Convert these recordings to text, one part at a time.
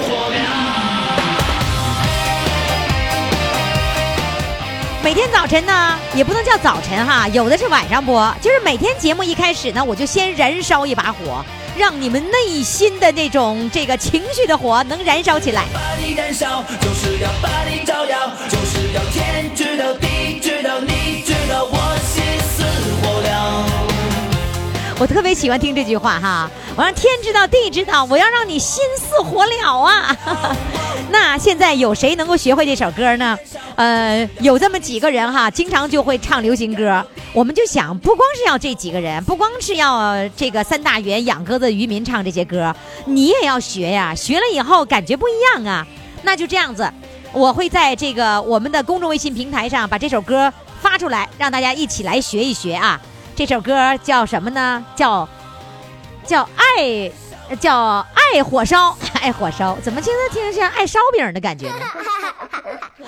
火苗！每天早晨呢，也不能叫早晨哈，有的是晚上播，就是每天节目一开始呢，我就先燃烧一把火，让你们内心的那种这个情绪的火能燃烧起来。把你燃烧，就是要把你照耀，就是要天知道，地知道，你知道，我心似火燎。我特别喜欢听这句话哈，我让天知道地知道，我要让你心似火燎啊！ 那现在有谁能够学会这首歌呢？呃，有这么几个人哈，经常就会唱流行歌。我们就想，不光是要这几个人，不光是要呃这个三大员养鸽子渔民唱这些歌，你也要学呀。学了以后感觉不一样啊。那就这样子，我会在这个我们的公众微信平台上把这首歌发出来，让大家一起来学一学啊。这首歌叫什么呢？叫叫爱，叫爱火烧， 爱火烧，怎么听着听着像爱烧饼的感觉呢？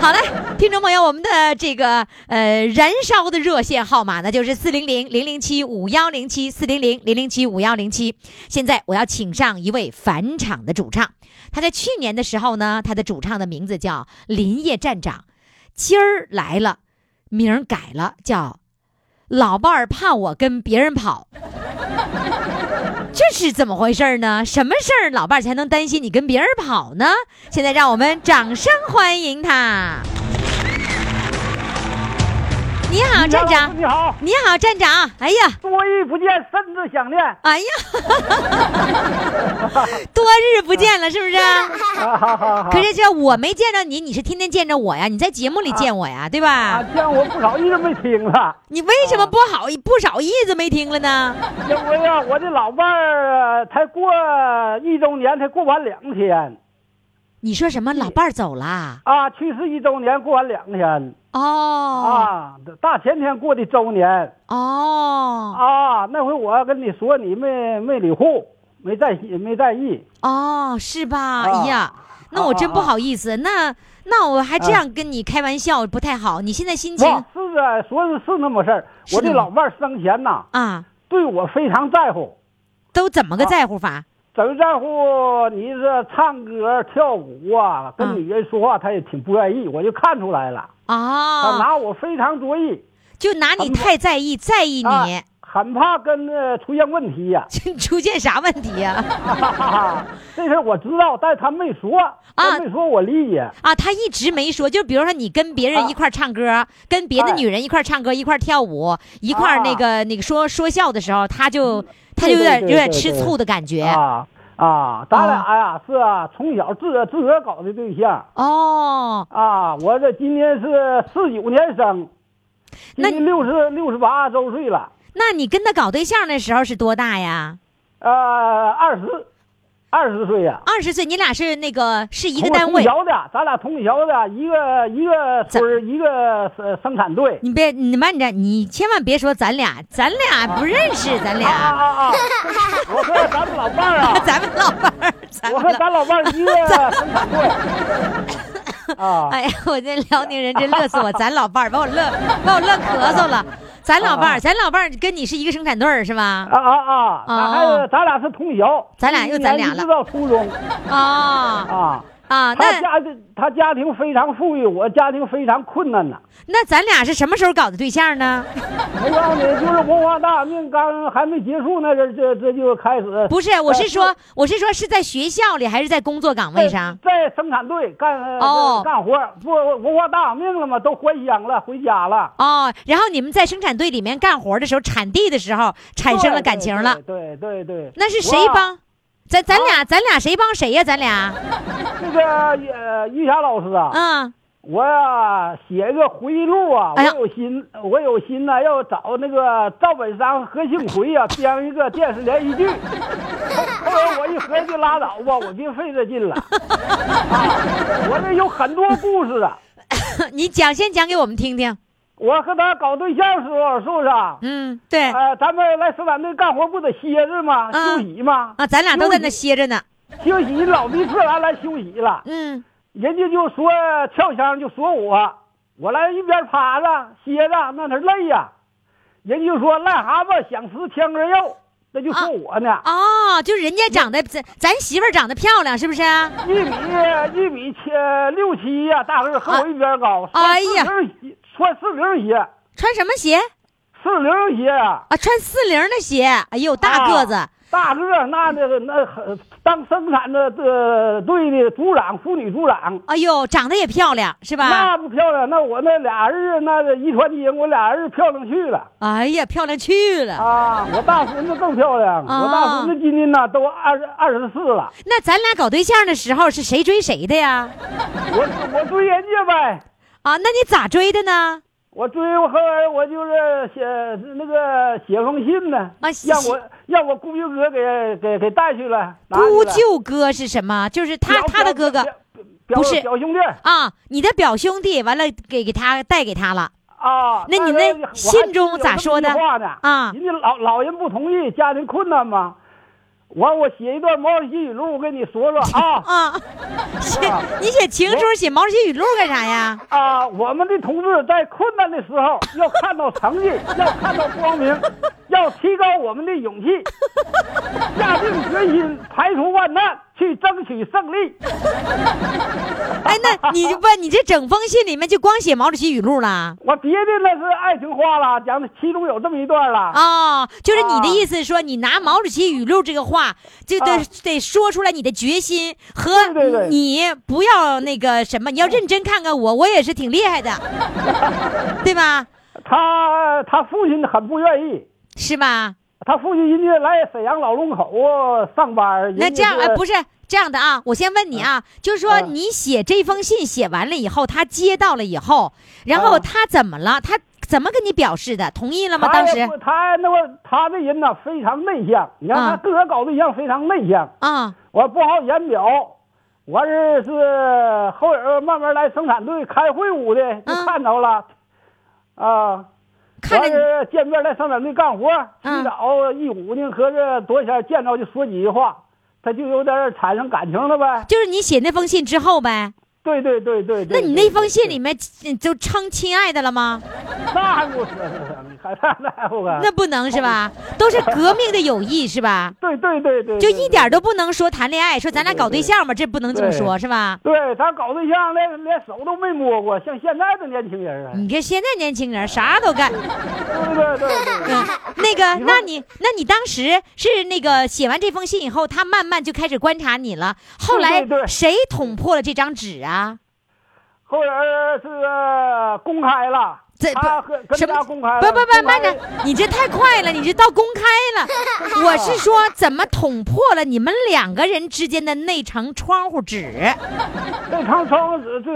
好了，听众朋友，我们的这个呃燃烧的热线号码呢，就是四零零零零七五幺零七四零零零零七五幺零七。现在我要请上一位返场的主唱，他在去年的时候呢，他的主唱的名字叫林业站长，今儿来了，名儿改了，叫老伴儿怕我跟别人跑， 这是怎么回事儿呢？什么事儿老伴儿才能担心你跟别人跑呢？现在让我们掌声欢迎他。你好，啊站长。你好，你好，站长。哎呀，多日不见，甚至想念。哎呀， 多日不见了，是不 是？啊哈哈哈可是这我没见着你，你是天天见着我呀，你在节目里见我呀，对啊，吧？见我不少日子没听啊了，你为什么不好不少意思没听了呢？因为啊，我的老伴儿才过一周年，才过完两天 你说什么？老伴儿走了？啊，去世一周年过完两天哦啊，大前天过的周年哦啊，那回我跟你说，你没没理户，没在意，没在意。哦，是吧？啊哎呀，那我真不好意思，那那我还这样跟你开玩笑不太好。你现在心不情是啊，说是是那么事儿。是我的那么老伴儿生前呐，啊，对我非常在乎，都怎么个在乎法？怎么在乎你是唱歌跳舞啊？嗯跟女人说话，他也挺不愿意，我就看出来了，他啊，拿我非常注意，就拿你太在意，在意啊你，很怕跟呃出现问 题呀、这出现啥问题呀？哈哈哈，这事儿我知道，但他没说，他没说我理解。啊，他一直没说，就比如说你跟别人一块儿唱歌，跟别的哎啊女人一块儿唱歌，一块儿跳舞，一块儿那个、那个说说笑的时候，他就他就有点有嗯对对点对吃醋的感觉。啊啊，咱嗯俩呀是啊，从小自个自个儿搞的对象哦，啊。我这今年是四九年生，今那年六十六十八周岁了，那你跟他搞对象的时候是多大呀？呃，二十二十岁呀、二十岁，你俩是那个是一一个单位同。学的，咱俩同学的，一个一个村儿一个呃生产队。你别，你慢着，你千万别说咱俩，咱俩不认识，咱啊啊俩， 啊！我和咱们老伴儿啊，咱们老伴儿，咱我们和老，咱老伴儿一个生产队。 啊，哎呀，我这辽宁人真乐死 我，咱老伴儿把我乐，把我乐咳嗽啊了。咱老伴儿，咱老伴儿跟你是一个生产队儿是吧？啊啊啊！咱还是咱俩是同学，哦咱俩又咱俩了一直到初 中哦啊。啊，他那家的他家庭非常富裕，我家庭非常困难呐。那咱俩是什么时候搞的对象呢？我告诉你，就是文化大革命刚还没结束那阵儿，这这就开始不是，我是呃说，我是说是在学校里还是在工作岗位上？在在生产队干哦干活，不文化大革命了吗？都还乡了，回家了，哦，然后你们在生产队里面干活的时候，产地的时候产生了感情了，对。啊对对对对，那是谁我啊帮？咱咱俩咱俩谁帮谁呀？咱俩那个呃于霞老师啊？啊，我呀、写一个回忆录啊，我哎呀有心，我有心呐、要找那个赵本山、何庆 魁呀、啊编一个电视连续剧。后后来我一合计就拉倒吧，我别费这劲 了。啊，我这有很多故事啊。 你讲先讲给我们听听。我和他搞对象时候，是不是啊？嗯，对呃，咱们来生产队干活不得歇着吗？嗯休息吗？啊，咱俩都在那歇着呢。休息，老逼自然来休息了。嗯，人家就说跳箱就说我，我来一边趴着歇着，那是累呀、人家就说癞蛤蟆想吃天鹅肉，那就啊说我呢，哦，就人家长得咱咱媳妇儿长得漂亮，是不是啊？一米一米七六七呀、大个儿和我一边高，哎穿呀四零鞋，穿四零鞋，穿什么鞋四零鞋啊，啊？穿四零的鞋。哎呦，大个子。啊大个儿那那个那很当生产的的队的组长，妇女组长。哎呦，长得也漂亮，是吧？那不漂亮，那我那俩儿子那个遗传基因，我俩儿子漂亮去了。哎呀，漂亮去了。啊，我大孙子更漂亮，啊我大孙子今年呢都二十二十四了，那咱俩搞对象的时候是谁追谁的呀？我我追人家呗，啊，那你咋追的呢？我追我后来我就是写那个写封信呢，啊写让我让我姑舅哥给给给带去了，拿去了姑舅哥是什么？就是他表他的哥哥表表不是表兄弟啊，你的表兄弟，完了给给他带给他了。啊。那你但是那我还信中咋说的有这么句话呢啊人家老老人不同意，家庭困难嘛。完，我写一段毛主席语录，我跟你说说啊。 啊， 写你写情书，写毛主席语录干啥 呀？啊，我们的同志在困难的时 候要看到成绩，要看到光明，要提高我们的勇气，下定决心排除万难，去争取胜利。哎，那你就不，你这整封信里面就光写毛主席语录了我别的那是爱情话了，讲的其中有这么一段了。哦，就是你的意思是说，你拿毛主席语录这个话，就得、啊得说出来你的决心和对对你不要那个什么，你要认真看看我，我也是挺厉害 的，对吧？他他父亲很不愿意，是吧？他父亲人家来沈阳老龙口啊上班，那这样人家哎，是不是这样的啊，我先问你啊，就是说啊你写这封信写完了以后，他接到了以后，然后啊他怎么了？他怎么跟你表示的？同意了吗？他当也时不他那么他这人呐非常内向，你看啊他自个儿搞对象非常内向。啊我不好言表，完事是后人慢慢来生产队开会务的就嗯看着了，啊，看着完你事见面来生产队干活，嗯一早一午呢，合着多天见着就说几句话，他就有点产生感情了呗。就是你写那封信之后呗。对对对对那对。你那封信里面嗯就称亲爱的了吗？ 那还不是，你看那那不啊那不能是吧？都是革命的友谊是吧？对对对对，就对一。点都不能说谈恋爱，说咱俩搞对象嘛，这不能这么对说是吧？对咱搞对象连连手都没摸过，像现在的年轻人啊，你看现在年轻人啥都干。嗯对对对对对。那个，那你那你当时是那个写完这封信以后，他慢慢就开始观察你了。后来对对对谁捅破了这张纸啊？后人是公开了， 这他跟跟什么家公开了，不不公开不，慢着，你这太快了，你这到公开了。我是说，怎么捅破了你们两个人之间的那层窗户纸？这长窗子最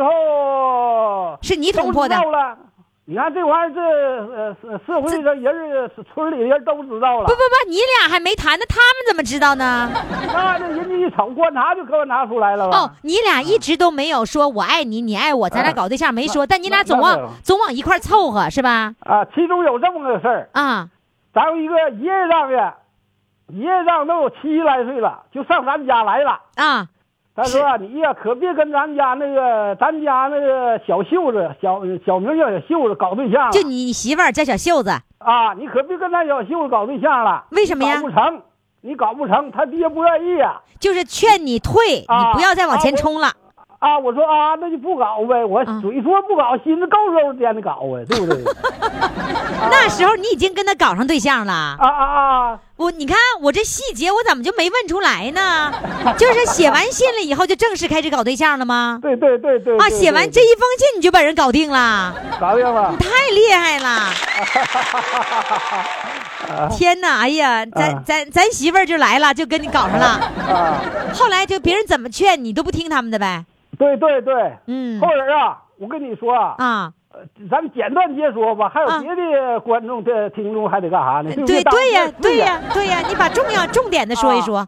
后是你捅破的都知道了。你看这玩意儿，这呃社社会上人是村里人都知道了不不。不，你俩还没谈呢，他们怎么知道呢？那这人家一瞅，观察就观察出来了吧？嗯哦，你俩一直都没有说我爱你，你爱我，咱俩搞对象没说，但你俩总那那没往有总往一块儿凑合是吧？啊，其中有这么个事儿，啊、咱有一个爷爷丈的，爷爷丈都有七十来岁了，就上咱家来了。啊，他说啊：“你呀，可别跟咱家那个咱家那个小秀子，小小名叫小秀子搞对象了。就你媳妇儿叫小袖子。啊，你可别跟那小秀搞对象了。为什么呀搞不成，你搞不成，他爹不愿意呀、就是劝你退，啊你不要再往前冲了。啊。我说啊，那就不搞呗。我嗯嘴说不搞，心思够肉颠的搞呗，对不 对？那时候你已经跟他搞上对象了。啊啊啊！我你看我这细节我怎么就没问出来呢？就是写完信了以后就正式开始搞对象了吗？对对对对啊，对写完这对一封信你就把人搞定了，搞定 了你。太厉害了！天哪，哎呀，咱啊咱咱媳妇儿就来了，就跟你搞上了。 啊，后来就别人怎么劝你都不听他们的呗。对对对。嗯后人啊，我跟你说啊，啊，呃咱们简单解说吧，还啊有别的观众的听众还得干啥呢？对不嗯对大对呀家，对呀，对呀，你把重要重点的说一说。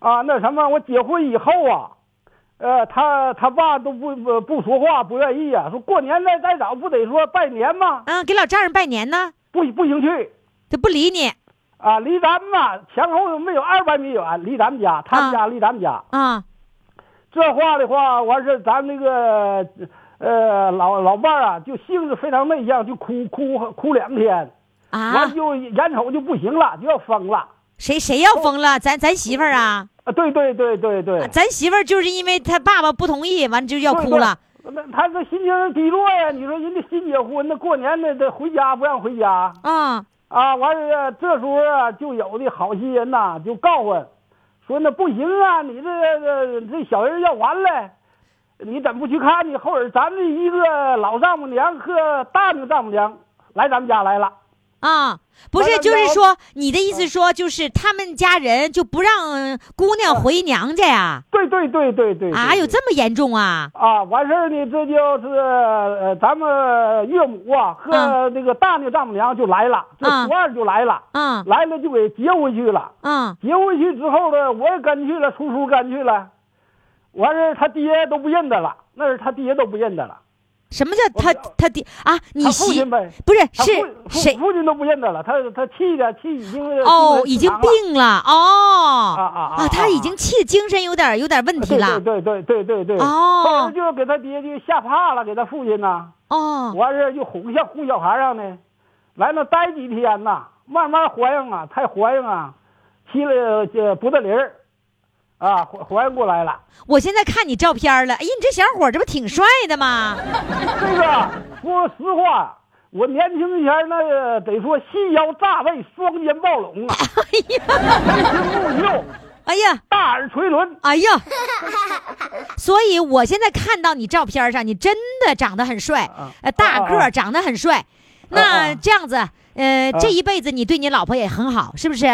啊，那什么，我结婚以后啊，呃，他他爸都不不不说话，不愿意啊呀、说过年再再找不得说拜年吗？啊，给老丈人拜年呢，不不行去他不理你啊，离咱们吧前后没有二百米远，离咱们家，他们家离咱们家。啊这话的话，完事儿咱那个呃老老伴儿啊，就性子非常内向，就哭哭哭两天，完、啊！就眼瞅就不行了，就要疯了。谁谁要疯了？咱咱媳妇儿啊，啊，对对对对对，咱媳妇儿就是因为她爸爸不同意，完就啊要对哭了。。对那他这心情低落呀！你说人家新结婚，那过年那这回家不让回家啊啊！完事儿这时候啊，就有的好心人呐、就告诉，说那不行啊，你这这这小人要完了，你怎么不去看呢？后儿咱们一个老丈母娘和大女丈母娘来咱们家来了，啊，不是，完了嗯就是然后说你的意思说，就是他们家人就不让姑娘回娘家呀？对对对对嗯对啊，对有这么严重啊？啊，完事儿呢，这就是呃，咱们岳母啊和嗯那个大女丈母娘就来了，这嗯初二就来了，嗯来了就给接回去了。嗯接回去之后呢，我也跟去了，叔叔跟去了，完事儿他爹都不认得了，那是他爹都不认得了，什么叫他我他爹啊？你他父媳亲呗，不是他父是父谁？父亲都不认得了，他他气的气已经哦，已经病病了哦啊啊啊啊他已经气精神有点有点问题对了对对对对对对，哦后来就给他爹就吓怕了，给他父亲呐、哦完事儿就哄像哄小孩儿上呢，来那待几天呐，慢慢怀上啊，太怀上啊，气了这不得灵儿，啊，怀怀上过来了。我现在看你照片了，哎呀，你这小伙儿这不挺帅的吗？这个啊说实话，我年轻前那得说细腰炸背，双肩暴拢啊，哎呀，眉清目秀，哎呀，大耳垂轮。哎呀，所以我现在看到你照片上，你真的长得很帅，呃，大个儿啊啊长得很帅。那啊这样子，呃，这一辈子你对你老婆也很好，是不是？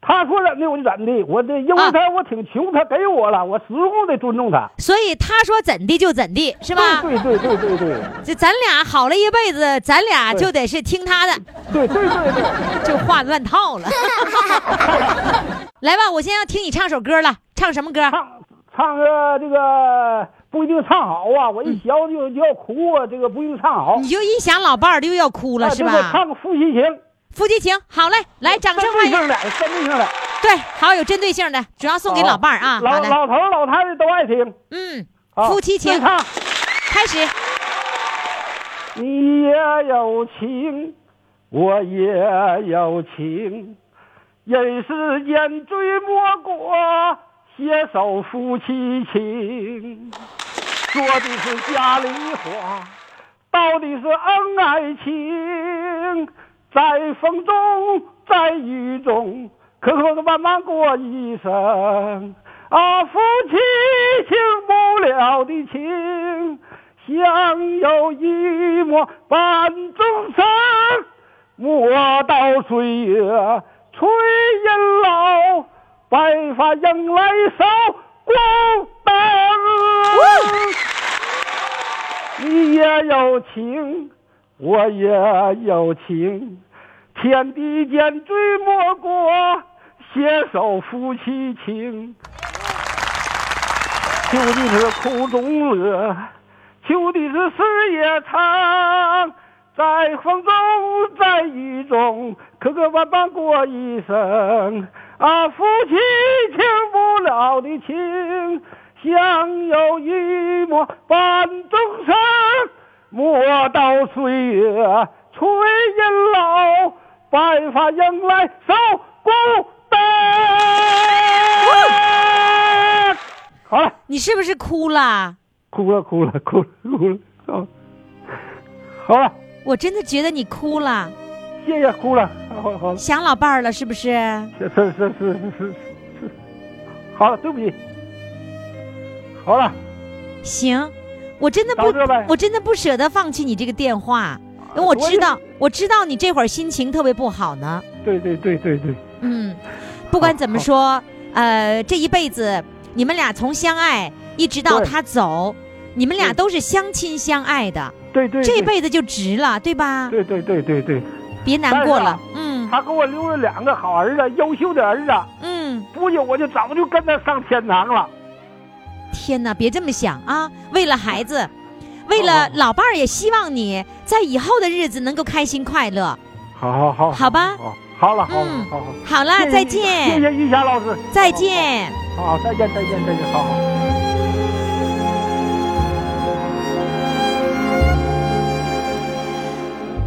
他说怎么的我就怎么的，我这因啊为他我挺穷，他给我了，我始终得尊重他。所以他说怎地就怎地，是吧？对对对对对对这咱俩好了一辈子，咱俩就得是听他的，对对对对。就话乱套 了。来吧，我先要听你唱首歌了，唱什么歌？唱唱个这个不一定唱好嗯啊，我一学就就要哭啊，这个不一定唱好。你就一想老伴儿就要哭嗯了，啊是这个吧？唱个夫妻情，夫妻情，好嘞，来，掌声针欢对迎。性的，针对性的，对，好有针对性的，主要送给好老伴儿啊。好老的，老头儿老太太都爱听。嗯，啊夫妻情对唱开始。你也有情，我也有情，人世间最莫过携手夫妻情。说的是家里话，道的是恩爱情，在风中，在雨中，磕磕绊绊过一生。啊，夫妻情不了的情，相濡以沫伴终生。莫道岁月催人老，白发迎来少孤单。你也有情，我也有情，天地间最莫过携手夫妻情。求的是苦中乐，求的是事业长，在风中，在雨中，磕磕绊绊过一生。啊，夫妻情不了的情，相濡以沫伴终生。莫道岁月催人老，白发迎来少孤单。好了。你是不是哭了？哭了，哭了，哭了，哭了，啊！好了，我真的觉得你哭了，谢谢，哭了，好好了，想老伴儿了，是不是？是是是是是是，好了，对不起，好了，行，我真的不到这啊呗，我真的不舍得放弃你这个电话，因为我多知道，我知道你这会儿心情特别不好呢。对对对对对， 嗯，不管怎么说，呃，这一辈子你们俩从相爱一直到对他走，你们俩都是相亲相爱的，对对，这对辈子就值了，对吧？对对对对对，别难过了，但是啊嗯他给我留了两个好儿子，优秀的儿子，嗯。不久我就早就跟他上天堂了。天哪，别这么想啊！为了孩哦子，为了老伴儿，也希望你在以后的日子能够开心快乐。好好好，好吧好，好了好了嗯好好，好了，谢谢再你谢见，谢玉霞老师，再见。好，好，再见再见再见，好好。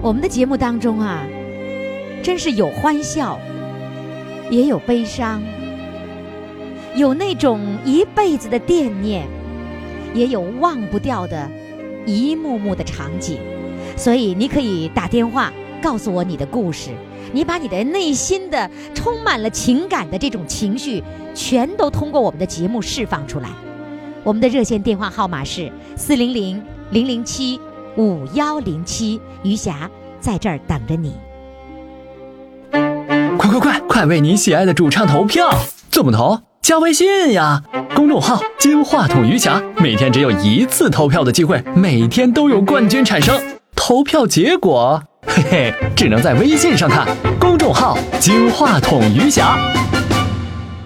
我们的节目当中啊，真是有欢笑，也有悲伤，有那种一辈子的惦念，也有忘不掉的一幕幕的场景。所以你可以打电话告诉我你的故事，你把你的内心的充满了情感的这种情绪，全都通过我们的节目释放出来。我们的热线电话号码是四零零零零七五幺零七，余霞在这儿等着你。快快快，快为你喜爱的主唱投票！怎么投？加微信呀，公众号“金话筒余霞”，每天只有一次投票的机会，每天都有冠军产生。投票结果，嘿嘿，只能在微信上看。公众号“金话筒余霞”。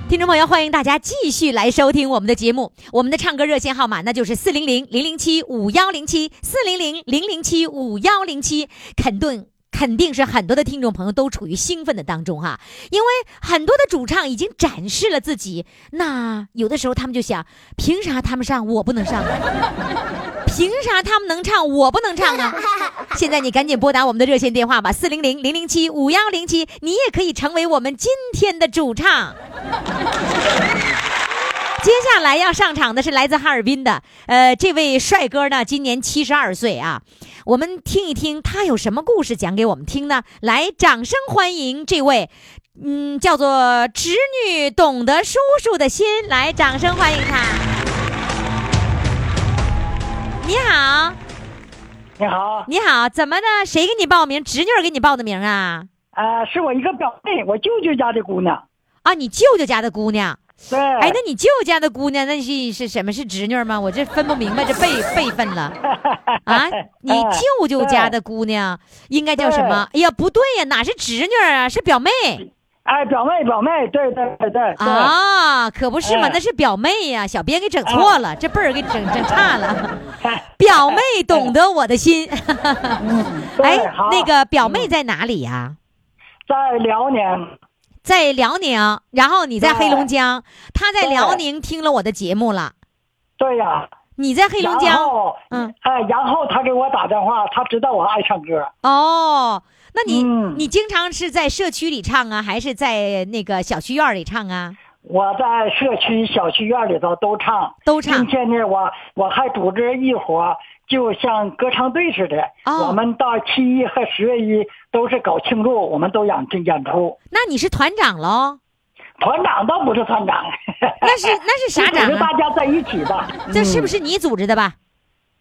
听众朋友，欢迎大家继续来收听我们的节目。我们的唱歌热线号码那就是四零零零零七五幺零七，四零零零零七五幺零七。肯顿肯定是很多的听众朋友都处于兴奋的当中哈，因为很多的主唱已经展示了自己。那有的时候他们就想，凭啥他们上我不能上啊？凭啥他们能唱我不能唱啊？现在你赶紧拨打我们的热线电话吧，四零零零零七五幺零七，你也可以成为我们今天的主唱。接下来要上场的是来自哈尔滨的，呃，这位帅哥呢，今年七十二岁啊。我们听一听他有什么故事讲给我们听呢？来，掌声欢迎这位，嗯，叫做侄女懂得叔叔的心，来，掌声欢迎他。你好，你好，你好，怎么的？谁给你报名？侄女儿给你报的名啊？呃，是我一个表妹，我舅舅家的姑娘。啊，你舅舅家的姑娘。对，哎，那你舅家的姑娘，那是是什么是侄女吗？我这分不明白这辈辈分了 啊！你舅舅家的姑娘应该叫什么？哎呀，不对呀，哪是侄女啊？是表妹 哎，表妹，表妹，对对对对。啊，可不是嘛，哎啊那是表妹呀！小编给整错了，这辈儿给整整差了。 哎 表妹懂得我的心。对哎，好嗯那个表妹在哪里呀？在辽宁，在辽宁，然后你在黑龙江，她在对辽宁听了我的节目了，对呀、你在黑龙然江。后，嗯，哎，然后他给我打电话，他知道我爱唱歌。哦，那你、嗯你经常是在社区里唱啊，还是在那个小区院儿里唱啊？我在社区小区院里头都唱，都唱并且呢，我我还组织一伙，就像歌唱队似的。哦我们到七一和十月一都是搞庆祝，我们都演演出。那你是团长喽？团长倒不是团长，哎那是那是啥组 长织啊大？家在一起的。这是不是你组织的吧？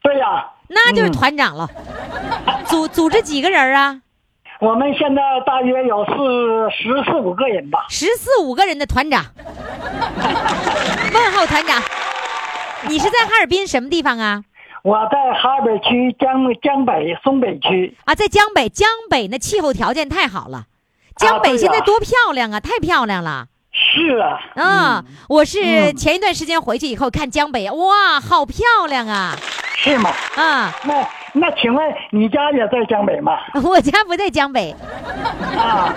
对呀、那就是团长了。组组织几个人啊？我们现在大约有四十四五个人吧。十四五个人的团长。问候团长，你是在哈尔滨什么地方啊？我在哈尔滨区江江北松北区，啊，在江北，江北那气候条件太好了，江啊北对现在呀多漂亮啊，太漂亮了。是啊，啊、我是前一段时间回去以后看江北，哇，好漂亮啊！是吗？啊，那那请问你家也在江北吗？我家不在江北，啊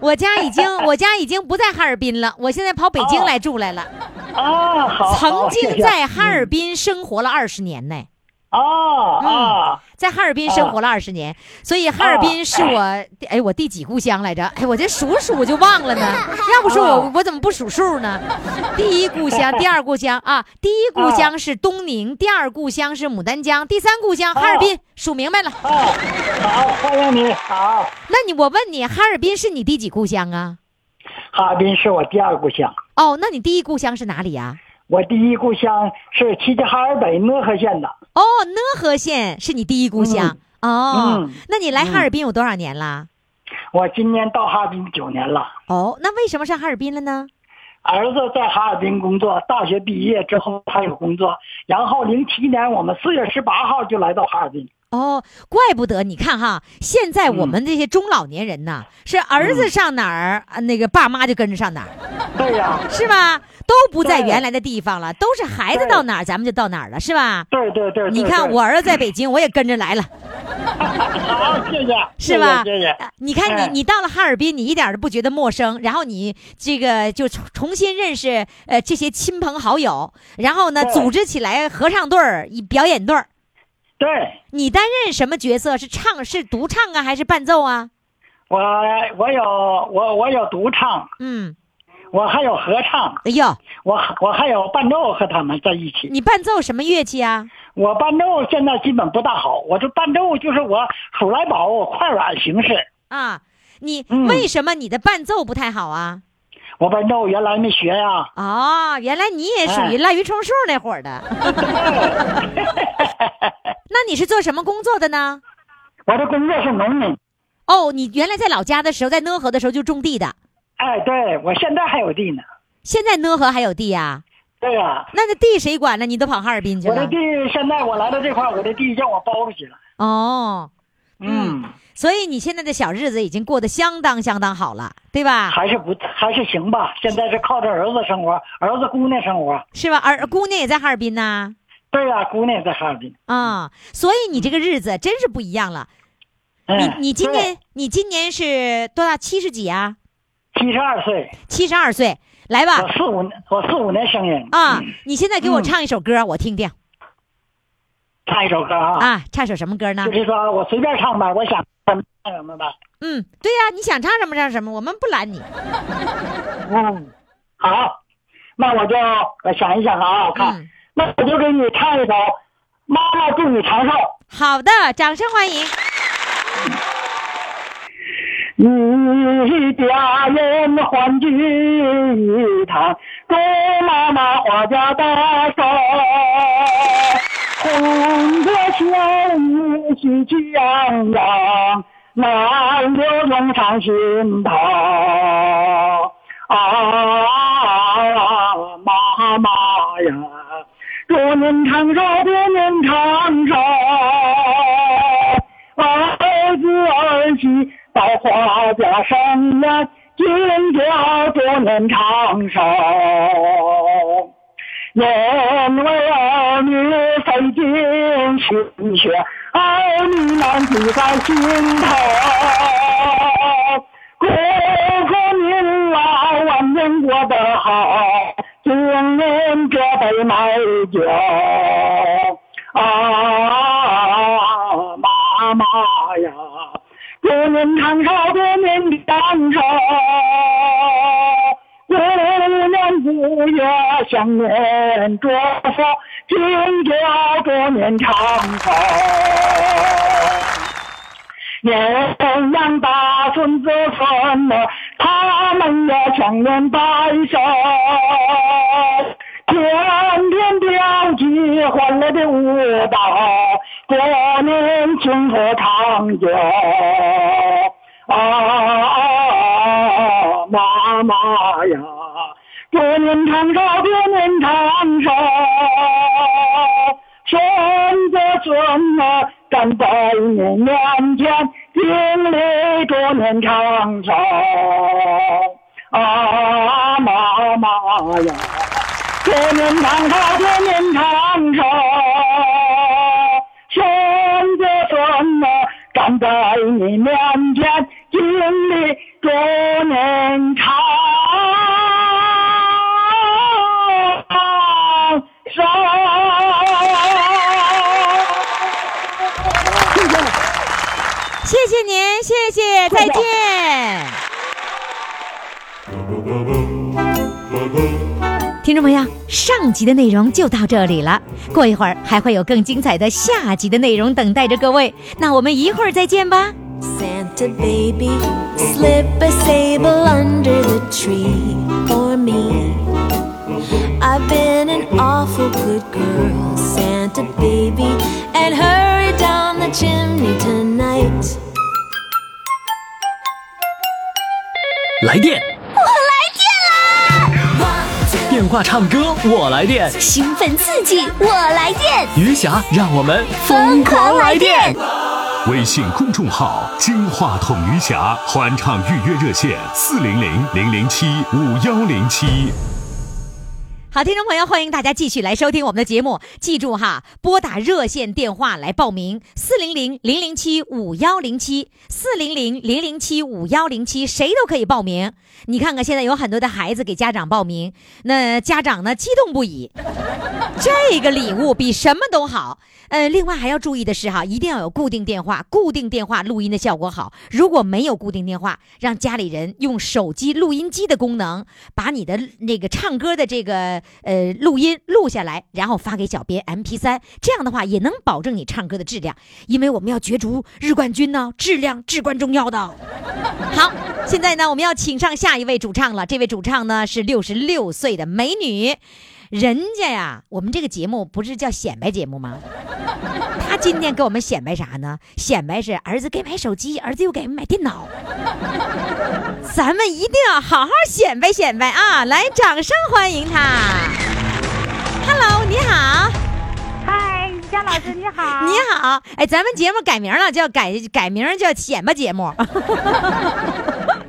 我家已经我家已经不在哈尔滨了，我现在跑北京来住来了。啊，好，曾好经谢谢在哈尔滨生活了二十年呢，啊啊，在哈尔滨生活了二十年，所以哈尔滨是我哎我第几故乡来着？哎，我这数数我就忘了呢，要不说我我怎么不数数呢？第一故乡，第二故乡啊，第一故乡是东宁，第二故乡是牡丹江，第三故乡哈尔滨，数明白了。啊，好，欢迎你，好，那你我问你，哈尔滨是你第几故乡啊？哈尔滨是我第二故乡，哦，那你第一故乡是哪里啊呀、我第一故乡是齐齐哈尔北讷河县的，哦，讷河县是你第一故乡。哦，嗯那你来哈尔滨有多少年啦？我今年到哈尔滨九年了。哦，那为什么上哈尔滨了呢？儿子在哈尔滨工作，大学毕业之后他有工作，然后零七年我们四月十八号就来到哈尔滨。哦，怪不得你看哈，现在嗯我们这些中老年人呐，是儿子上哪儿，啊那个爸妈就跟着上哪儿，对呀、是吧？都不在对原来的地方了，都是孩子对到哪儿，咱们就到哪儿了，是吧？对对对对你看对我儿子在北京，我也跟着来了， 好，谢谢，是吧？谢谢谢谢。呃你看哎你，你到了哈尔滨，你一点儿都不觉得陌生，然后你这个就重重新认识呃这些亲朋好友，然后呢，对组织起来合唱队儿、以表演队儿。对你担任什么角色？是唱是独唱啊，还是伴奏啊？我我有我我有独唱，嗯，我还有合唱，哎呦，我我还有伴奏和他们在一起。你伴奏什么乐器啊？我伴奏现在基本不大好，我这伴奏就是我数来宝，我快软形式。啊，你、嗯为什么你的伴奏不太好啊？我伴奏原来没学呀、 哦，原来你也属于哎滥竽充数那伙儿的。 那你是做什么工作的呢？我的工作是农民。哦，你原来在老家的时候，在讷河的时候就种地的，哎，对我现在还有地呢。现在讷河还有地呀、对呀、那那地谁管呢？你都跑哈尔滨去我的了地。现在我来到这块儿，我的地让我包出去了。哦，嗯，所以你现在的小日子已经过得相当相当好了，对吧？还是不还是行吧。现在是靠着儿子生活，儿子姑娘生活。是吧？儿姑娘也在哈尔滨呐、对呀、姑娘也在哈尔滨。啊，所以你这个日子真是不一样了。嗯，你你今对年你今年是多大？七十几啊？七十二岁，七十二岁，来我吧四五年我四五年生人啊！你现在给我唱一首歌，我听听唱一首歌啊，啊，唱首什么歌呢就？是说我随便唱吧，我想唱什么吧。嗯，对呀、你想唱什么唱什么，我们不拦你。嗯，好，那我就我想一想啊，我看，嗯那我就给你唱一首《妈妈祝你长寿》。好的，掌声欢迎。一家人欢聚一堂，祝妈妈花甲大寿。红歌弦，喜气洋洋，难留永长心头。啊，妈妈呀，祝您长寿，祝您长寿。儿子儿媳到花家上呀，今朝祝您长寿。因为儿女费尽心血，儿女难记在心头。祝福您老晚年过得好，敬您这杯美酒。啊，妈妈呀，祝您长寿，祝您长寿，姑娘不月想念着福，今朝祝您长寿。年养大孙子孙女，他们要强联白首，天天跳起欢乐的舞蹈，祝您幸福长久。啊，妈妈呀，祝您长寿，祝您长寿。孙子孙儿站在你面前，敬礼祝您长寿。啊，妈妈呀，祝您长寿，祝您长寿。孙子孙儿站在你面前，敬礼祝您长寿。谢谢您，谢谢，再见。听众朋友，上集的内容就到这里了，过一会儿还会有更精彩的下集的内容等待着各位，那我们一会儿再见吧。 Santa baby, slip a sable under the tree for me. I've been an awful good girl, Santa baby, and hurry down the chimney tonight. 来电。 One 话唱歌我来电，兴奋刺激，我来电，余霞让我们疯狂来电！微信公众号“金话筒余霞”欢唱预约热线：四零零零零七五幺零七。好，听众朋友，欢迎大家继续来收听我们的节目。记住哈，拨打热线电话来报名：四零零零零七五幺零七，四零零零零七五幺零七，谁都可以报名。你看看，现在有很多的孩子给家长报名，那家长呢激动不已。这个礼物比什么都好。呃，另外还要注意的是哈，一定要有固定电话，固定电话录音的效果好。如果没有固定电话，让家里人用手机录音机的功能，把你的那个唱歌的这个呃录音录下来，然后发给小编 M P 三。这样的话也能保证你唱歌的质量，因为我们要角逐日冠军呢、质量至关重要的。好，现在呢，我们要请上下一位主唱了。这位主唱呢是六十六岁的美女，人家呀，我们这个节目不是叫显摆节目吗？她今天给我们显摆啥呢？显摆是儿子给买手机，儿子又给买电脑。咱们一定要好好显摆显摆啊！来，掌声欢迎她。Hello，你好。嗨，于佳老师你好，你好，哎，咱们节目改名了，叫改改名儿叫显摆节目，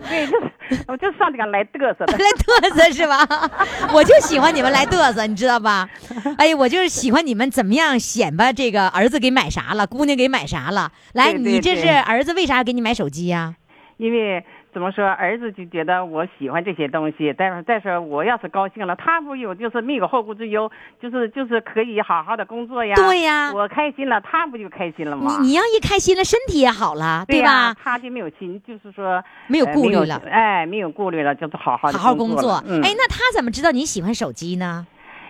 对，就是我就上这个来嘚瑟的，来嘚瑟是吧？我就喜欢你们来嘚瑟，你知道吧？哎呀，我就是喜欢你们怎么样显摆这个儿子给买啥了，姑娘给买啥了。来，对对你这是对儿子为啥给你买手机呀、因为怎么说，儿子就觉得我喜欢这些东西，但是再说我要是高兴了，他不有就是没有后顾之忧，就是就是可以好好的工作呀，对呀我开心了，他不就开心了吗？你你要一开心了，身体也好了，对吧？呀他就没有心，就是说没有呃顾虑了哎，没有顾虑了，就是好好地好好工作作了。嗯、哎，那他怎么知道你喜欢手机呢？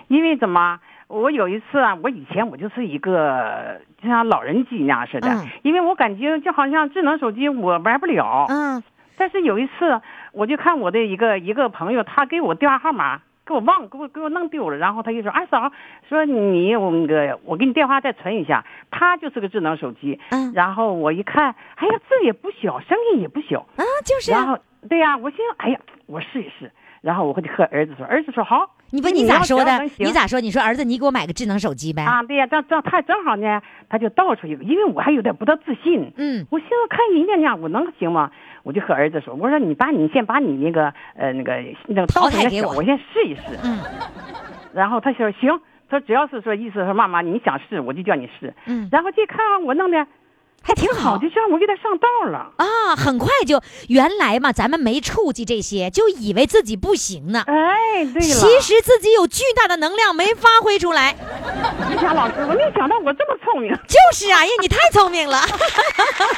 因为怎么？我有一次啊，我以前我就是一个就像老人机那样似的，嗯因为我感觉就好像智能手机我玩不了。嗯，但是有一次，我就看我的一个一个朋友，他给我电话号码，给我忘，给我给我弄丢了。然后他就说：“二嫂，说你我那个我给你电话再存一下。”他就是个智能手机。嗯然后我一看，哎呀，字也不小，声音也不小。啊，就是啊、然后对呀、我心想，哎呀，我试一试。然后我就和儿子说，儿子说好。你不那你要咋是说要的能？行你咋说？你说儿子，你给我买个智能手机呗？啊，对呀、这这他正好呢，他就倒出一个，因为我还有点不大自信。嗯我寻思看人家那样，我能行吗？我就和儿子说，我说你把你先把你那个呃那个那个淘倒汰出来给小我我先试一试。嗯。然后他说行，他只要是说意思说妈妈你想试，我就叫你试。嗯然后这看我弄的还挺好，好就让我给他上道了。啊，很快就原来嘛，咱们没触及这些，就以为自己不行呢。哎，对了，其实自己有巨大的能量没发挥出来，于霞老师，我没想到我这么聪明。就是啊，哎呀，你太聪明了，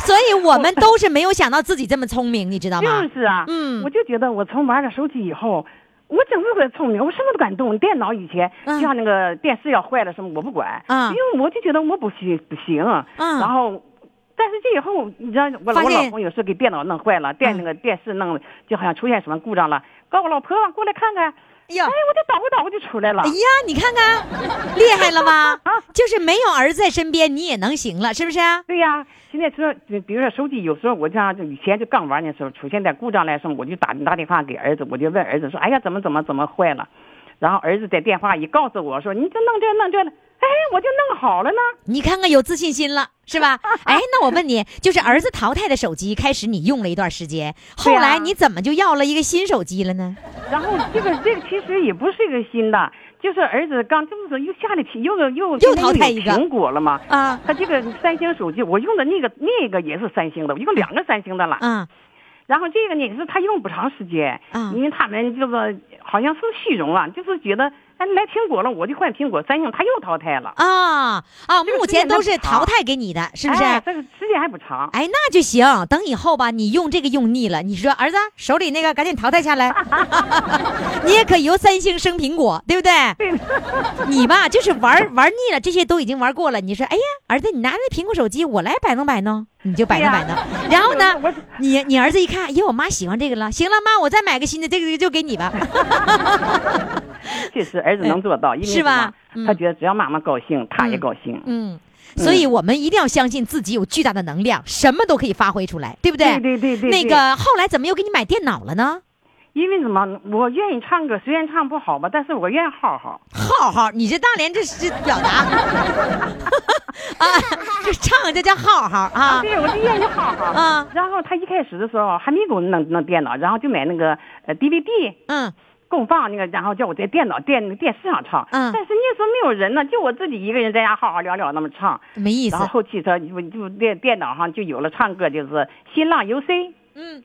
所以我们都是没有想到自己这么聪明，你知道吗？就是啊，嗯我就觉得我从玩了手机以后，我整个人聪明，我什么都敢动。电脑以前、嗯就像那个电视要坏了什么，我不管，嗯因为我就觉得我不行不行。嗯然后，但是这以后，你知道我发我现老公有时候给电脑弄坏了，电嗯那个电视弄就好像出现什么故障了，告我老婆过来看看。哎呀哎，我就捣鼓捣鼓就出来了哎。呀，你看看，厉害了 吧？就是没有儿子在身边，你也能行了，是不是啊？对呀、现在说，比比如说手机，有时候我这样，就以前就刚玩的时候出现点故障来什么，我就打打电话给儿子，我就问儿子说，哎呀，怎么怎么怎么坏了，然后儿子在电话一告诉我说，你就弄这弄这的，哎，我就弄好了呢。你看看有自信心了，是 吧？哎，那我问你，就是儿子淘汰的手机，开始你用了一段时间，后对啊来你怎么就要了一个新手机了呢？然后这个这个其实也不是一个新的，就是儿子刚这不是又下了苹又又又淘汰现在又有一个苹果了吗？啊他这个三星手机，我用的那个那个也是三星的，我用两个三星的了。啊、然后这个呢也是他用不长时间，啊因为他们就是好像是虚荣啊，就是觉得哎来苹果了我就换苹果，三星他又淘汰了，啊啊！这个目时间前都是那么长淘汰给你的，是不是？哎、这个时间还不长，哎，那就行。等以后吧，你用这个用腻了，你说儿子手里那个赶紧淘汰下 来，你也可以由三星升苹果，对不对？ 你吧，就是玩玩腻了，这些都已经玩过了。你说，哎呀，儿子，你拿着苹果手机，我来摆弄摆弄，你就摆弄摆弄。然后呢 我，你你儿子一看，哎呦，我妈喜欢这个了，行了，妈，我再买个新的，这个就给你 吧。确实儿子能做 到，因为哎是吧什么嗯他觉得只要妈妈高兴，他也嗯高兴。嗯，所以我们一定要相信自己有巨大的能量，什么都可以发挥出来，对不对？对对对对那对个后来怎么又给你买电脑了呢？因为什么？我愿意唱歌，虽然唱不好吧，但是我愿意好好。浩浩，你这大连这是表达 啊， 这唱这叫浩浩啊对，我就愿意好好。 啊然后他一开始的时候还没给我弄弄电脑，然后就买那个呃 DVD 嗯，供放那个，然后叫我在电脑电电视上唱。嗯但是那时候没有人呢，就我自己一个人在家好好聊聊那么唱。没意思然后，后期他就就电电脑上就有了唱歌，就是新浪 UC。嗯，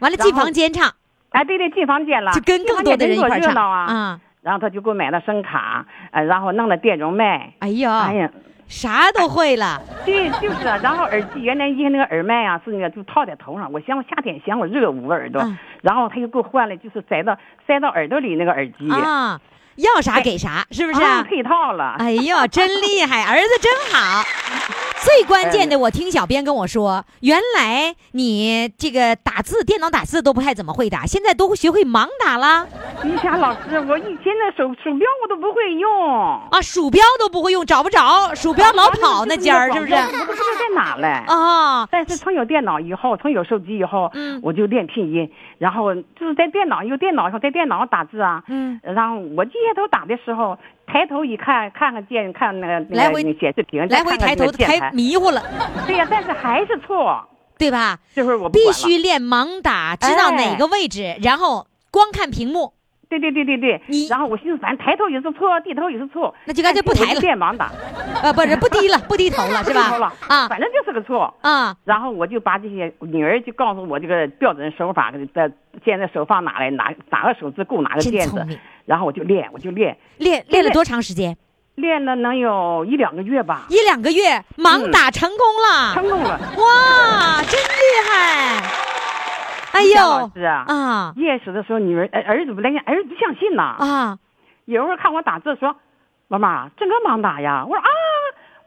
完了然后进房间唱，哎，对对，进房间了，就跟更多的人一块儿进房间真唱热闹啊。啊，然后他就给我买了声卡，呃，然后弄了电容麦。哎呀，哎呀，啥都会了，对，就是啊。然后耳机原来一些那个耳麦啊，是那个就套在头上。我嫌我夏天嫌我热捂耳朵，嗯然后他又给我换了，就是塞到塞到耳朵里那个耳机，啊，要啥给啥，是不是啊啊？配套了。哎呦，真厉害，儿子真 好。最关键的，我听小编跟我说，原来你这个打字，电脑打字都不太怎么会打，现在都学会盲打了你想老师，我以前那手手标我都不会用，啊，鼠标都不会用，找不着，鼠标老跑那尖儿，是不 是？我不知道在哪嘞。啊，但是从有电脑以后，从有手机以后，嗯我就练拼音，然后就是在电脑有电脑以后，在电脑上打字啊，嗯，然后我低下头打的时候，抬头一看，看看见看那个那个来回那个显示屏，来回再抬看看那头个键抬盘，迷糊了，对呀、但是还是错，对吧？这会儿我不管必了哎须练盲打，知道哪个位置，然后光看屏幕，对对对对对，你然后我寻思，反正抬头也是错，低头也是错，那就干脆不抬了电盲打呃，不是不低了， 不低头了，是低头吧了？啊反正就是个错。啊，然后我就把这些女儿就告诉我这个标准手法，的现在手放哪来，哪哪个手指够哪个真键聪子明，然后我就练，我就练，练练了多长时间？练了能有一两个月吧，一两个月，盲打成功了。嗯成功了。哇，真厉害！哎夏老呦，师啊啊夜市的时候，女儿儿儿子不来电，儿子不相信呐。啊，有时候看我打字说：“妈妈，这个忙打呀？”我说：“啊，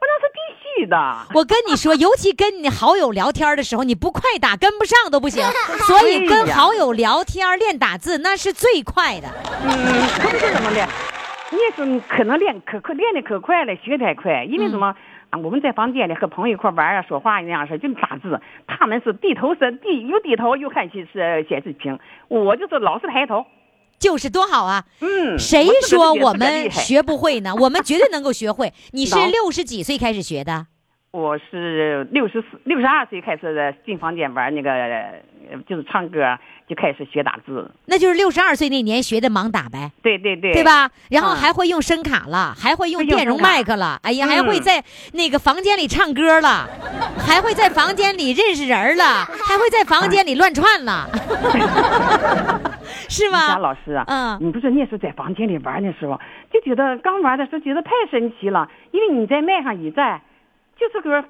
我那是必须的。 我跟你说，尤其跟你好友聊天的时候，你不快打跟不上都不 行，所以跟对呀好友聊天练打字那是最快的。”嗯，可不是怎么的。你也说你可能练可可练的可快了，学太快，因为什么？啊，我们在房间里和朋友一块玩啊，说话那样式儿就打字，他们是低头是低又低头又看显示显示屏，我就是老是抬头。就是多好啊！嗯，谁我自个儿说觉得我自个儿厉们害啊学不会呢？我们绝对能够学会。你是能六十几岁开始学的？我是六十四、六十二岁开始进房间玩那个，呃就是唱歌，就开始学打字。那就是六十二岁那年学的盲打呗，对对对，对？吧？然后嗯还会用声卡了，还会用会用电容声卡麦克了，哎呀，嗯还会在那个房间里唱歌了，还会在房间里认识人儿了，还会在房间里乱串了， 是佳吗？老师啊，嗯你不是那时候在房间里玩的时候，就觉得刚玩的时候觉得太神奇了，因为你在麦上一站，就是个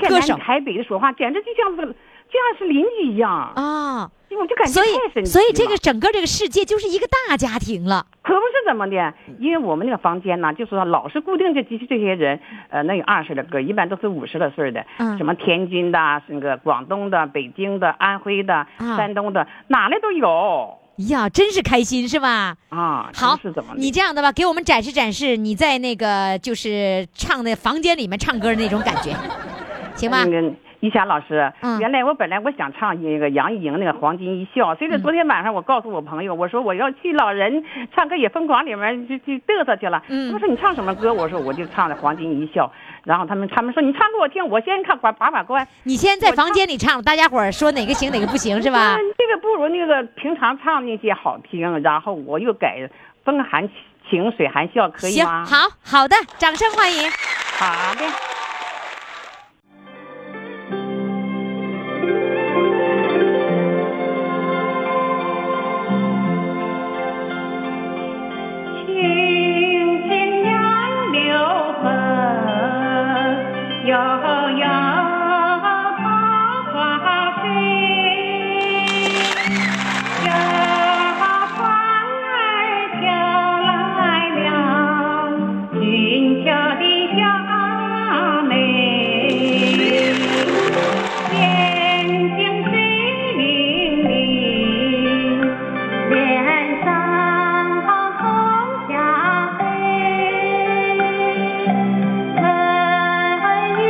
天歌南手海北的说话，简直就像是就像是邻居一样，哎啊，我就感觉所太以神奇了。所以这个整个这个世界就是一个大家庭了。可不是怎么的，因为我们那个房间呢，就是说老是固定这几这些人，呃，能有二十来个，一般都是五十来岁的，嗯什么天津的、那个广东的、北京的、安徽的、啊山东的，哪来都有哎呀，真是开心是吧？啊。好真是怎么，的？你这样的吧，给我们展示展示你在那个就是唱的房间里面唱歌的那种感觉，行吧那？个于霞老师，嗯原来我本来我想唱那个杨钰莹那个《黄金一笑》，所以说昨天晚上我告诉我朋友，我说我要去老人唱歌也疯狂里面去去嘚瑟去了。嗯他们说你唱什么歌？我说我就唱的《黄金一笑》，然后他们他们说你唱给我听，我先看把把把关。你先在房间里唱，大家伙儿说哪个行哪个不行是吧？嗯，这个不如那个平常唱那些好听，然后我又改风含情，水含笑，可以行，吗？好好的，掌声欢迎。好的。听见杨柳痕，悠悠桃花飞。有船儿飘来了，俊俏的佳妹，眼睛水灵灵。脸上红霞飞，春雨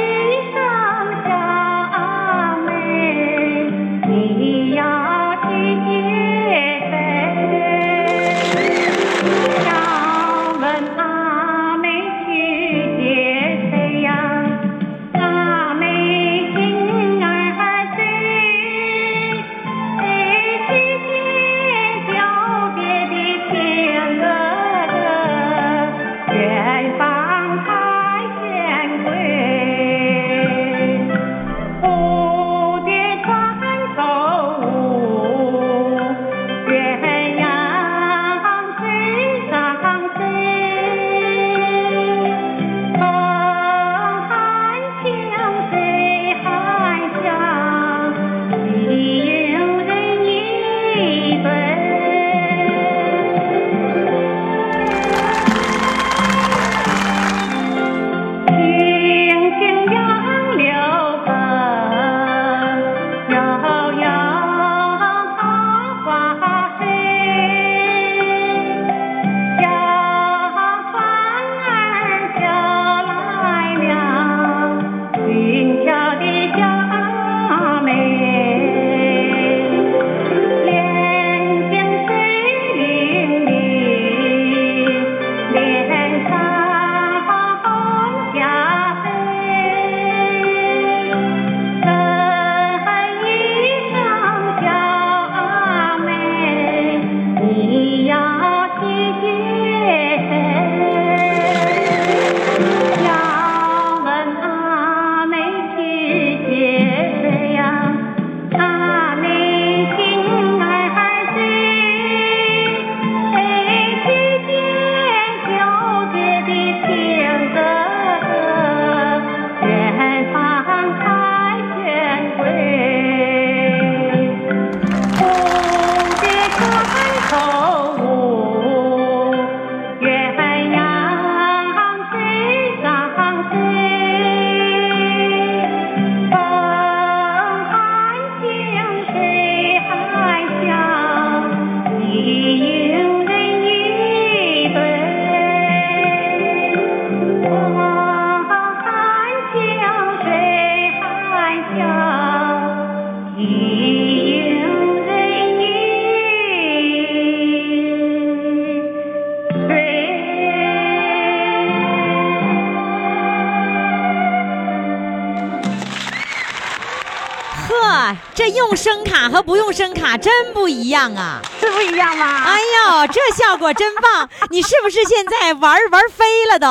这用声卡和不用声卡真不一样啊！是不一样吗？哎呦，这效果真 棒！你是不是现在玩玩飞了都？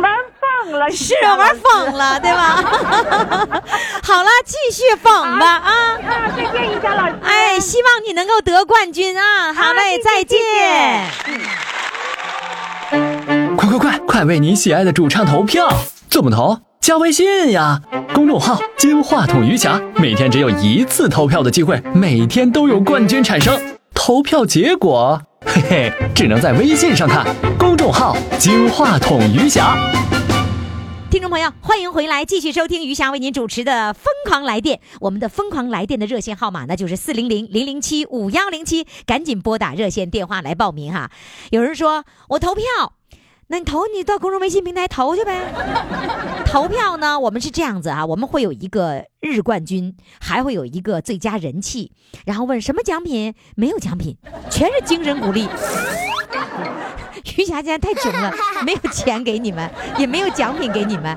玩放了，是啊，玩疯了，对吧？ 好了，继续疯吧啊！啊！再见一下老师。哎，希望你能够得冠军啊！好嘞，再见。快快快，快为你喜爱的主唱投票！怎么投？加微信呀，公众号“金话筒余霞”，每天只有一次投票的机会，每天都有冠军产生。投票结果，嘿嘿，只能在微信上看。公众号“金话筒余霞”。听众朋友，欢迎回来，继续收听余霞为您主持的《疯狂来电》。我们的《疯狂来电》的热线号码呢，就是四零零零零七五幺零七，赶紧拨打热线电话来报名哈。有人说我投票，那你投你到公众微信平台投去呗。 投票呢，我们是这样子啊，我们会有一个日冠军，还会有一个最佳人气，然后问什么奖品？没有奖品，全是精神鼓励。 余霞今天太穷了，没有钱给你们，也没有奖品给你们。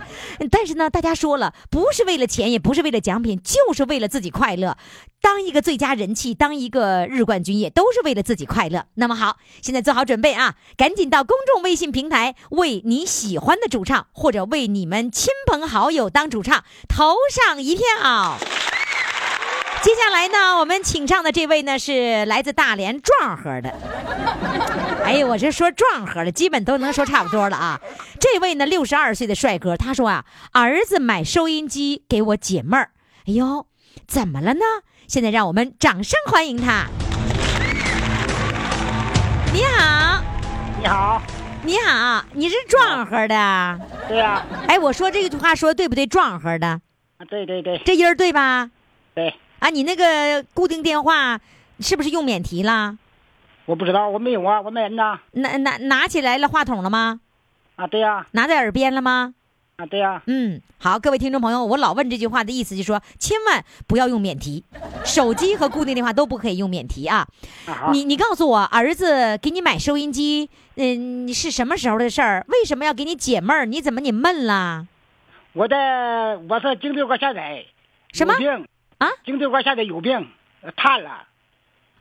但是呢，大家说了，不是为了钱，也不是为了奖品，就是为了自己快乐。当一个最佳人气，当一个日冠军，也都是为了自己快乐。那么好，现在做好准备啊，赶紧到公众微信平台为你喜欢的主唱，或者为你们亲朋好友当主唱投上一票。接下来呢，我们请上的这位呢是来自大连壮河的。哎呦，我这说壮和了，基本都能说差不多了啊。这位呢，六十二岁的帅哥，他说啊，儿子买收音机给我解闷儿。哎呦，怎么了呢？现在让我们掌声欢迎他。你好，你好，你好，你是壮和的。对呀、啊哎，我说这句话说对不对？壮和的，对对对这音儿对吧？对，啊，你那个固定电话是不是用免提了？我不知道，我没有啊，我没人呐。拿拿拿起来了话筒了吗？啊，对呀、拿在耳边了吗？啊，对呀、嗯，好，各位听众朋友，我老问这句话的意思就是说，千万不要用免提，手机和固定电话都不可以用免提啊。啊，好，你你告诉我，儿子给你买收音机，嗯，是什么时候的事儿？为什么要给你解闷儿？你怎么你闷啦？我在我是颈椎管下载，什么有病啊？颈椎管下载有病，呃瘫了，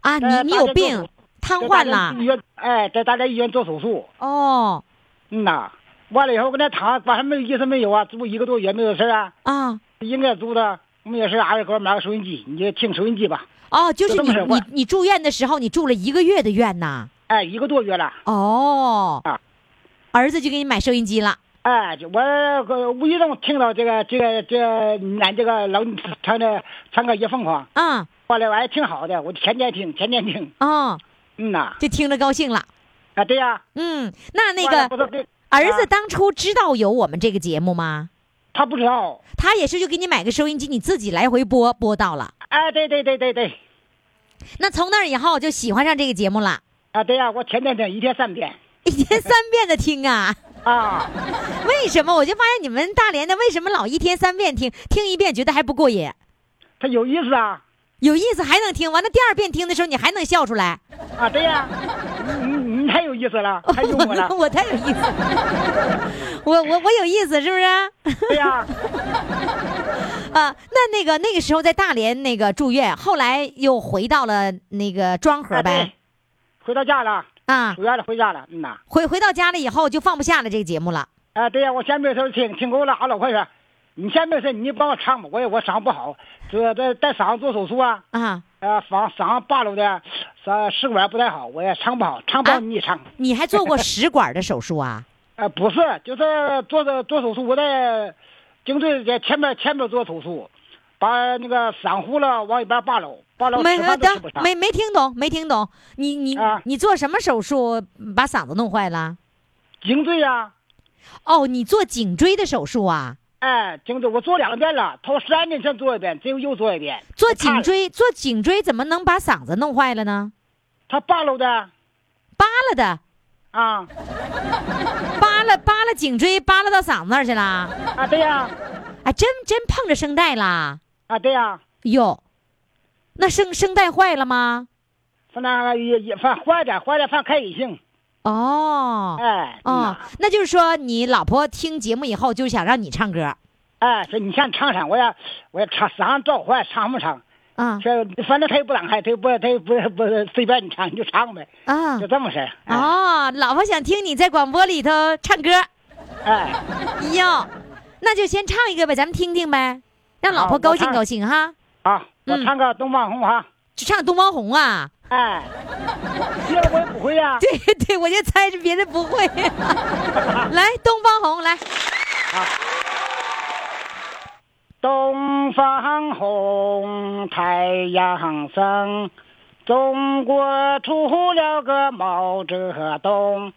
啊，呃你你大有家都病有，瘫在大痪连啦医？院哎，在大连医院做手术，哦嗯呐，完了以后跟那躺，晚上没有意思没有啊，住一个多月没有事啊，啊应该住的，没有事，儿子给我买个收音机，你就听收音机吧，哦，就是就这你么事儿你我你住院的时候，你住了一个月的院呐？哎，一个多月了。哦啊，儿子就给你买收音机了。哎，就我呃无意中听到这个这个这个你俺这个老唱的唱歌也疯狂，啊后来我还挺好的，我天天听，天天听，哦，嗯呐，就听着高兴了。啊对呀、嗯，那那完了不个是这儿子啊当初知道有我们这个节目吗？他不知道，他也是就给你买个收音机，你自己来回播播到了。哎对对对对对，那从那儿以后就喜欢上这个节目了， 啊对呀、我天天听，一天三遍，一天三遍的听啊。啊，为什么？我就发现你们大连的为什么老一天三遍听，听一遍觉得还不过瘾，他有意思啊，有意思还能听完了第二遍听的时候你还能笑出来，，啊对呀、你你你太有意思了，太幽默了 我太有意思了，我我我有意思是不是？对呀、啊，那那个那个时候在大连那个住院，后来又回到了那个庄河啊对呗，回到家了，啊出，院了回家了，嗯呐，回回到家了以后就放不下了这个节目了。啊对呀、我前面时候听听够了，啊老快说，你前面是你帮我唱吧，我也我嗓子不好，这这在嗓子做手术啊。啊，呃，房嗓子暴露的，呃，试管不太好，我也唱不好，唱不啊好你也唱。你还做过食管的手术啊？呃，不是，就是做的做手术，我在颈椎在前面前面做手术，把那个嗓呼了往一边扒搂，扒搂没吃饭都吃不等。上没没听懂，没听懂。你你、啊你做什么手术把嗓子弄坏了？颈椎呀、哦，你做颈椎的手术啊？哎，颈椎我做两遍了，头十二年前做一遍，这又又做一遍。做我看颈了，椎做颈椎怎么能把嗓子弄坏了呢？他扒搂的扒拉的，啊扒拉扒拉颈椎，扒拉到嗓子那儿去了。啊，对呀、哎，真真碰着声带啦！啊对呀、哟，那声声带坏了吗？反正也也反正坏点坏点，反正开隐性，哦哎，嗯哦呐，那就是说你老婆听节目以后就想让你唱歌。哎，说你想尝尝，我也我也尝，想召唤尝不尝？啊说反正他也不让开，他也不他也不不随便你尝你就尝呗，啊就这么事儿。哎哦，老婆想听你在广播里头唱歌，哎，哟，那就先唱一个呗，咱们听听呗，让老好婆我高兴唱高兴哈。好，我嗯唱个《东方红》哈。就唱《东方红》啊？ 哎，别的我也不会呀、对对，我就猜着别人不会。 来，《东方红》来，东方红，太阳升，中国出了个毛泽东，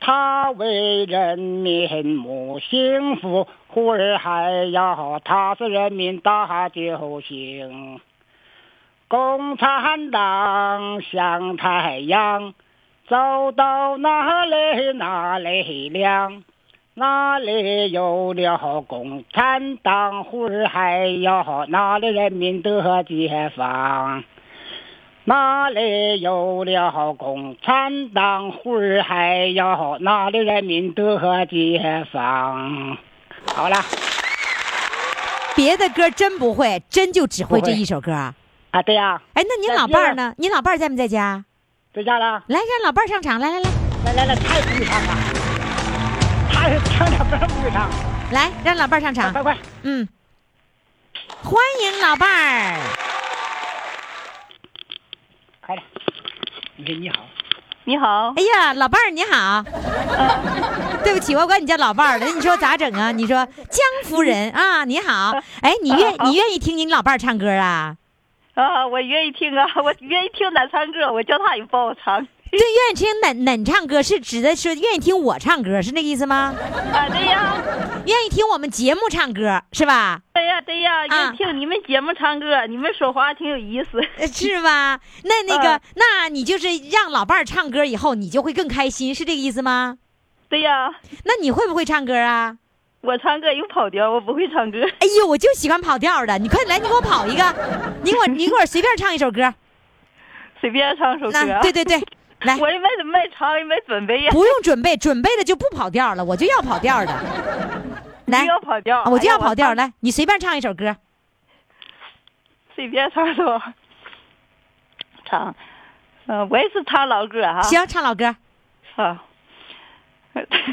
他为人民谋幸福，呼儿还要他是人民大救星。共产党像太阳，走到哪里哪里亮。哪里有了共产党，呼儿还要哪里人民得解放？哪里有了共产党，呼儿还要哪里人民得解放？好了，别的歌真不会，真就只会不这会一首歌啊。啊，对呀、哎，那您再老伴儿见呢？您老伴儿在没在家？在家了，来，让老伴儿上场，来来来，来来来，他也不会唱啊，他也唱两分不会唱，来，让老伴儿上场。快快，嗯，欢迎老伴儿。快点！你说你好，你好，哎呀，老伴儿你好，呃对不起，我管你叫老伴儿了。你说咋整啊？你说江夫人啊，你好，哎，你愿你愿意听你老伴儿唱歌啊？啊，我愿意听啊，我愿意听哪唱歌，我叫他也帮我唱。对，愿意听哪哪唱歌是指的是愿意听我唱歌是那个意思吗？啊，对呀，愿意听我们节目唱歌是吧？对呀，对呀，愿啊意听你们节目唱歌，你们说话挺有意思。呃是吧？那那个，啊那你就是让老伴儿唱歌以后，你就会更开心，是这个意思吗？对呀，那你会不会唱歌啊？我唱歌有跑调，我不会唱歌。哎呦，我就喜欢跑调的，你快来，你给我跑一个，你给 我你给我随便唱一首歌。随便唱首歌啊那。对对 对，来，我也没怎么没唱，也没准备呀，不用准备，准备了就不跑调了，我就要跑 调的。来啊不，要跑调，我就要跑调，哎呀，来，你随便唱一首歌。我随便唱首，唱，嗯、我也是唱老歌哈、啊。行，唱老 歌。啊，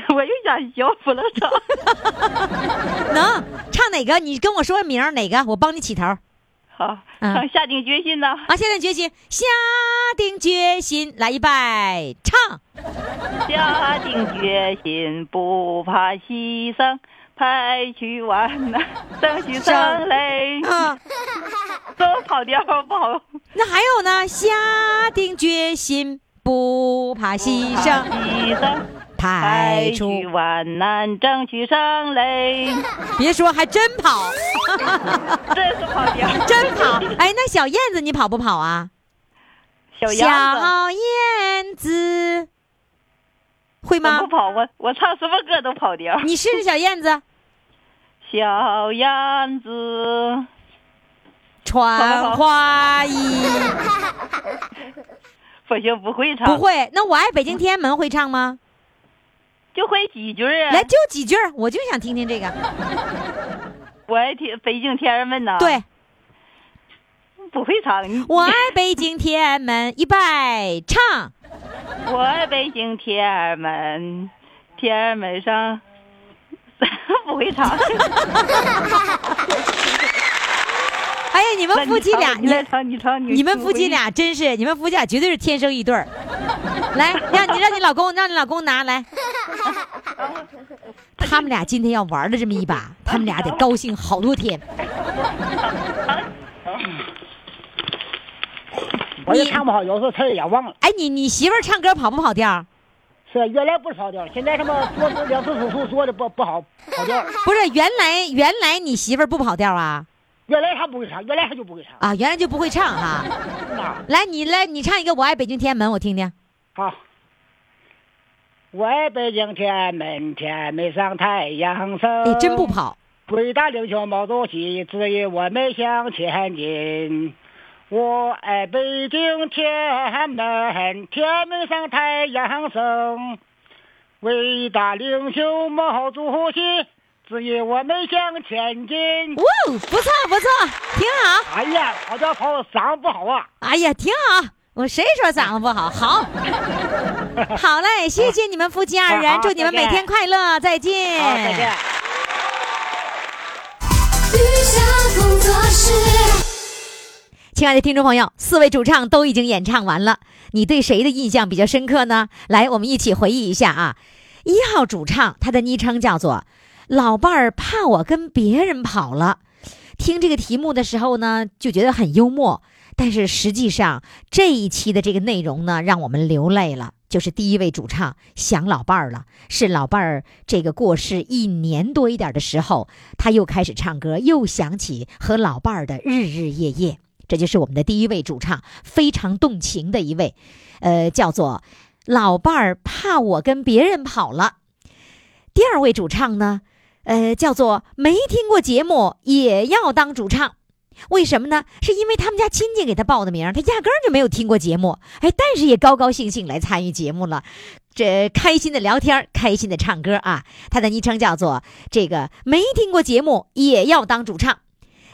我又想笑，不能 唱。能唱哪个？你跟我说名儿哪个，我帮你起头。啊，好，嗯唱下定决心呐，下定决心，下定决心，来一拜，唱。下定决心，不怕牺牲，排去 完呐，争取上嘞。啊，都跑调不好，那还有呢？下定决心，不怕牺 牲，牺牲，排排除。去万难，争取 上嘞。别说，还真 跑，这是跑调，真跑。哎，那小燕子，你跑不跑啊？小样子。小燕子，会我不吗？跑，我我唱什么歌都跑调。你试试小 燕子，小燕子，穿花 衣不行，不会唱，不会。那我爱北京天安门会唱吗？就会几句儿啊。来，就几句儿，我就想听听这个。我爱听北京天安门呐。，对，不会唱。你 我爱北京天安门，一拜唱。我爱北京天安门，天安门上 不会唱。哎呀，你 们夫妻 俩，你来唱，你唱，你们夫妻俩真是，你们夫妻俩绝对是天生一对儿。来，让你让你老公让你老公拿来。他们俩今天要玩了这么一把，他们俩得高兴好多天。我也唱不好，有时候词儿也忘了。哎，你你媳妇儿唱歌跑不跑调？是原来不是跑调，现在他妈做两次手术做的不不好跑调。不是，原来原来你媳妇儿不跑调啊？原来他不会唱，原来他就不会唱。啊，原来就不会唱哈、啊，来，你来你唱一个《我爱北京天安门》，我听听。好。我爱北京天安门，天安门上太阳升。哎，真不跑。伟大领袖毛主席指引我们向前进。我爱北京天安门，天安门上太阳升。伟大领袖毛主席只因我们向前进。哇，哦不错不错，挺好。哎呀，我这朋友嗓子不好啊。哎呀，挺好。我谁说嗓子不 好？好，好嘞，谢谢你们夫妻二人，好祝你们再见每天快乐，再好，啊再见。雨下工作室。亲爱的听众朋友，四位主唱都已经演唱完了，你对谁的印象比较深刻呢？来，我们一起回忆一下啊。一号主唱，他的昵称叫做“老伴儿怕我跟别人跑了”。听这个题目的时候呢，就觉得很幽默，但是实际上这一期的这个内容呢，让我们流泪了。就是第一位主唱想老伴儿了，是老伴儿这个过世一年多一点的时候，他又开始唱歌，又想起和老伴儿的日日夜夜。这就是我们的第一位主唱，非常动情的一位，呃，叫做老伴儿怕我跟别人跑了。第二位主唱呢，呃，叫做没听过节目也要当主唱。为什么呢？是因为他们家亲戚给他报的名儿，他压根儿就没有听过节目，哎，但是也高高兴兴来参与节目了，这开心的聊天儿，开心的唱歌啊。他的昵称叫做这个没听过节目也要当主唱。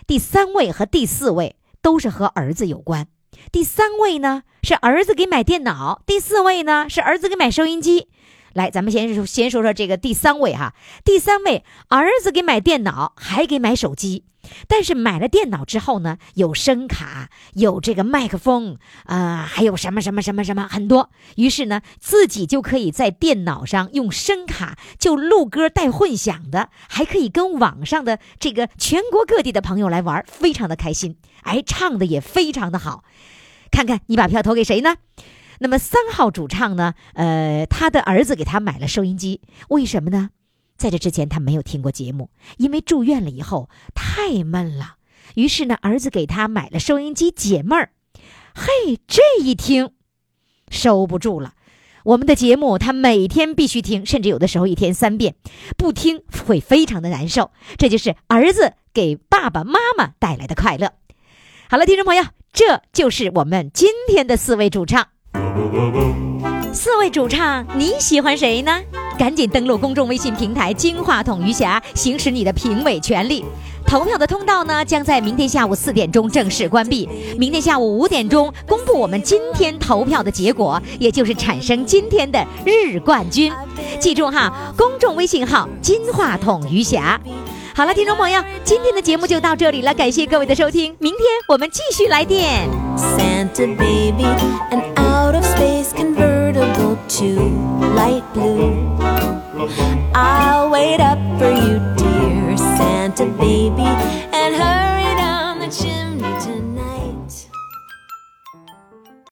第三位和第四位都是和儿子有关。第三位呢是儿子给买电脑，第四位呢是儿子给买收音机。来，咱们先说先说说这个第三位哈。第三位儿子给买电脑，还给买手机，但是买了电脑之后呢，有声卡，有这个麦克风，啊、还有什么什么什么什么很多。于是呢，自己就可以在电脑上用声卡就录歌带混响的，还可以跟网上的这个全国各地的朋友来玩，非常的开心。哎，唱的也非常的好。看看你把票投给谁呢？那么三号主唱呢？呃，他的儿子给他买了收音机，为什么呢？在这之前他没有听过节目，因为住院了以后太闷了，于是呢，儿子给他买了收音机解闷儿。嘿，这一听，收不住了。我们的节目他每天必须听，甚至有的时候一天三遍，不听会非常的难受。这就是儿子给爸爸妈妈带来的快乐。好了，听众朋友，这就是我们今天的四位主唱。四位主唱，你喜欢谁呢？赶紧登录公众微信平台“金话筒余霞”，行使你的评委权利。投票的通道呢，将在明天下午四点钟正式关闭。明天下午五点钟公布我们今天投票的结果，也就是产生今天的日冠军。记住哈，公众微信号“金话筒余霞”。好了，听众朋友，今天的节目就到这里了，感谢各位的收听。明天我们继续来电。 Santa baby, an out of space convertible to light blue. I'll wait up for you, dear Santa baby.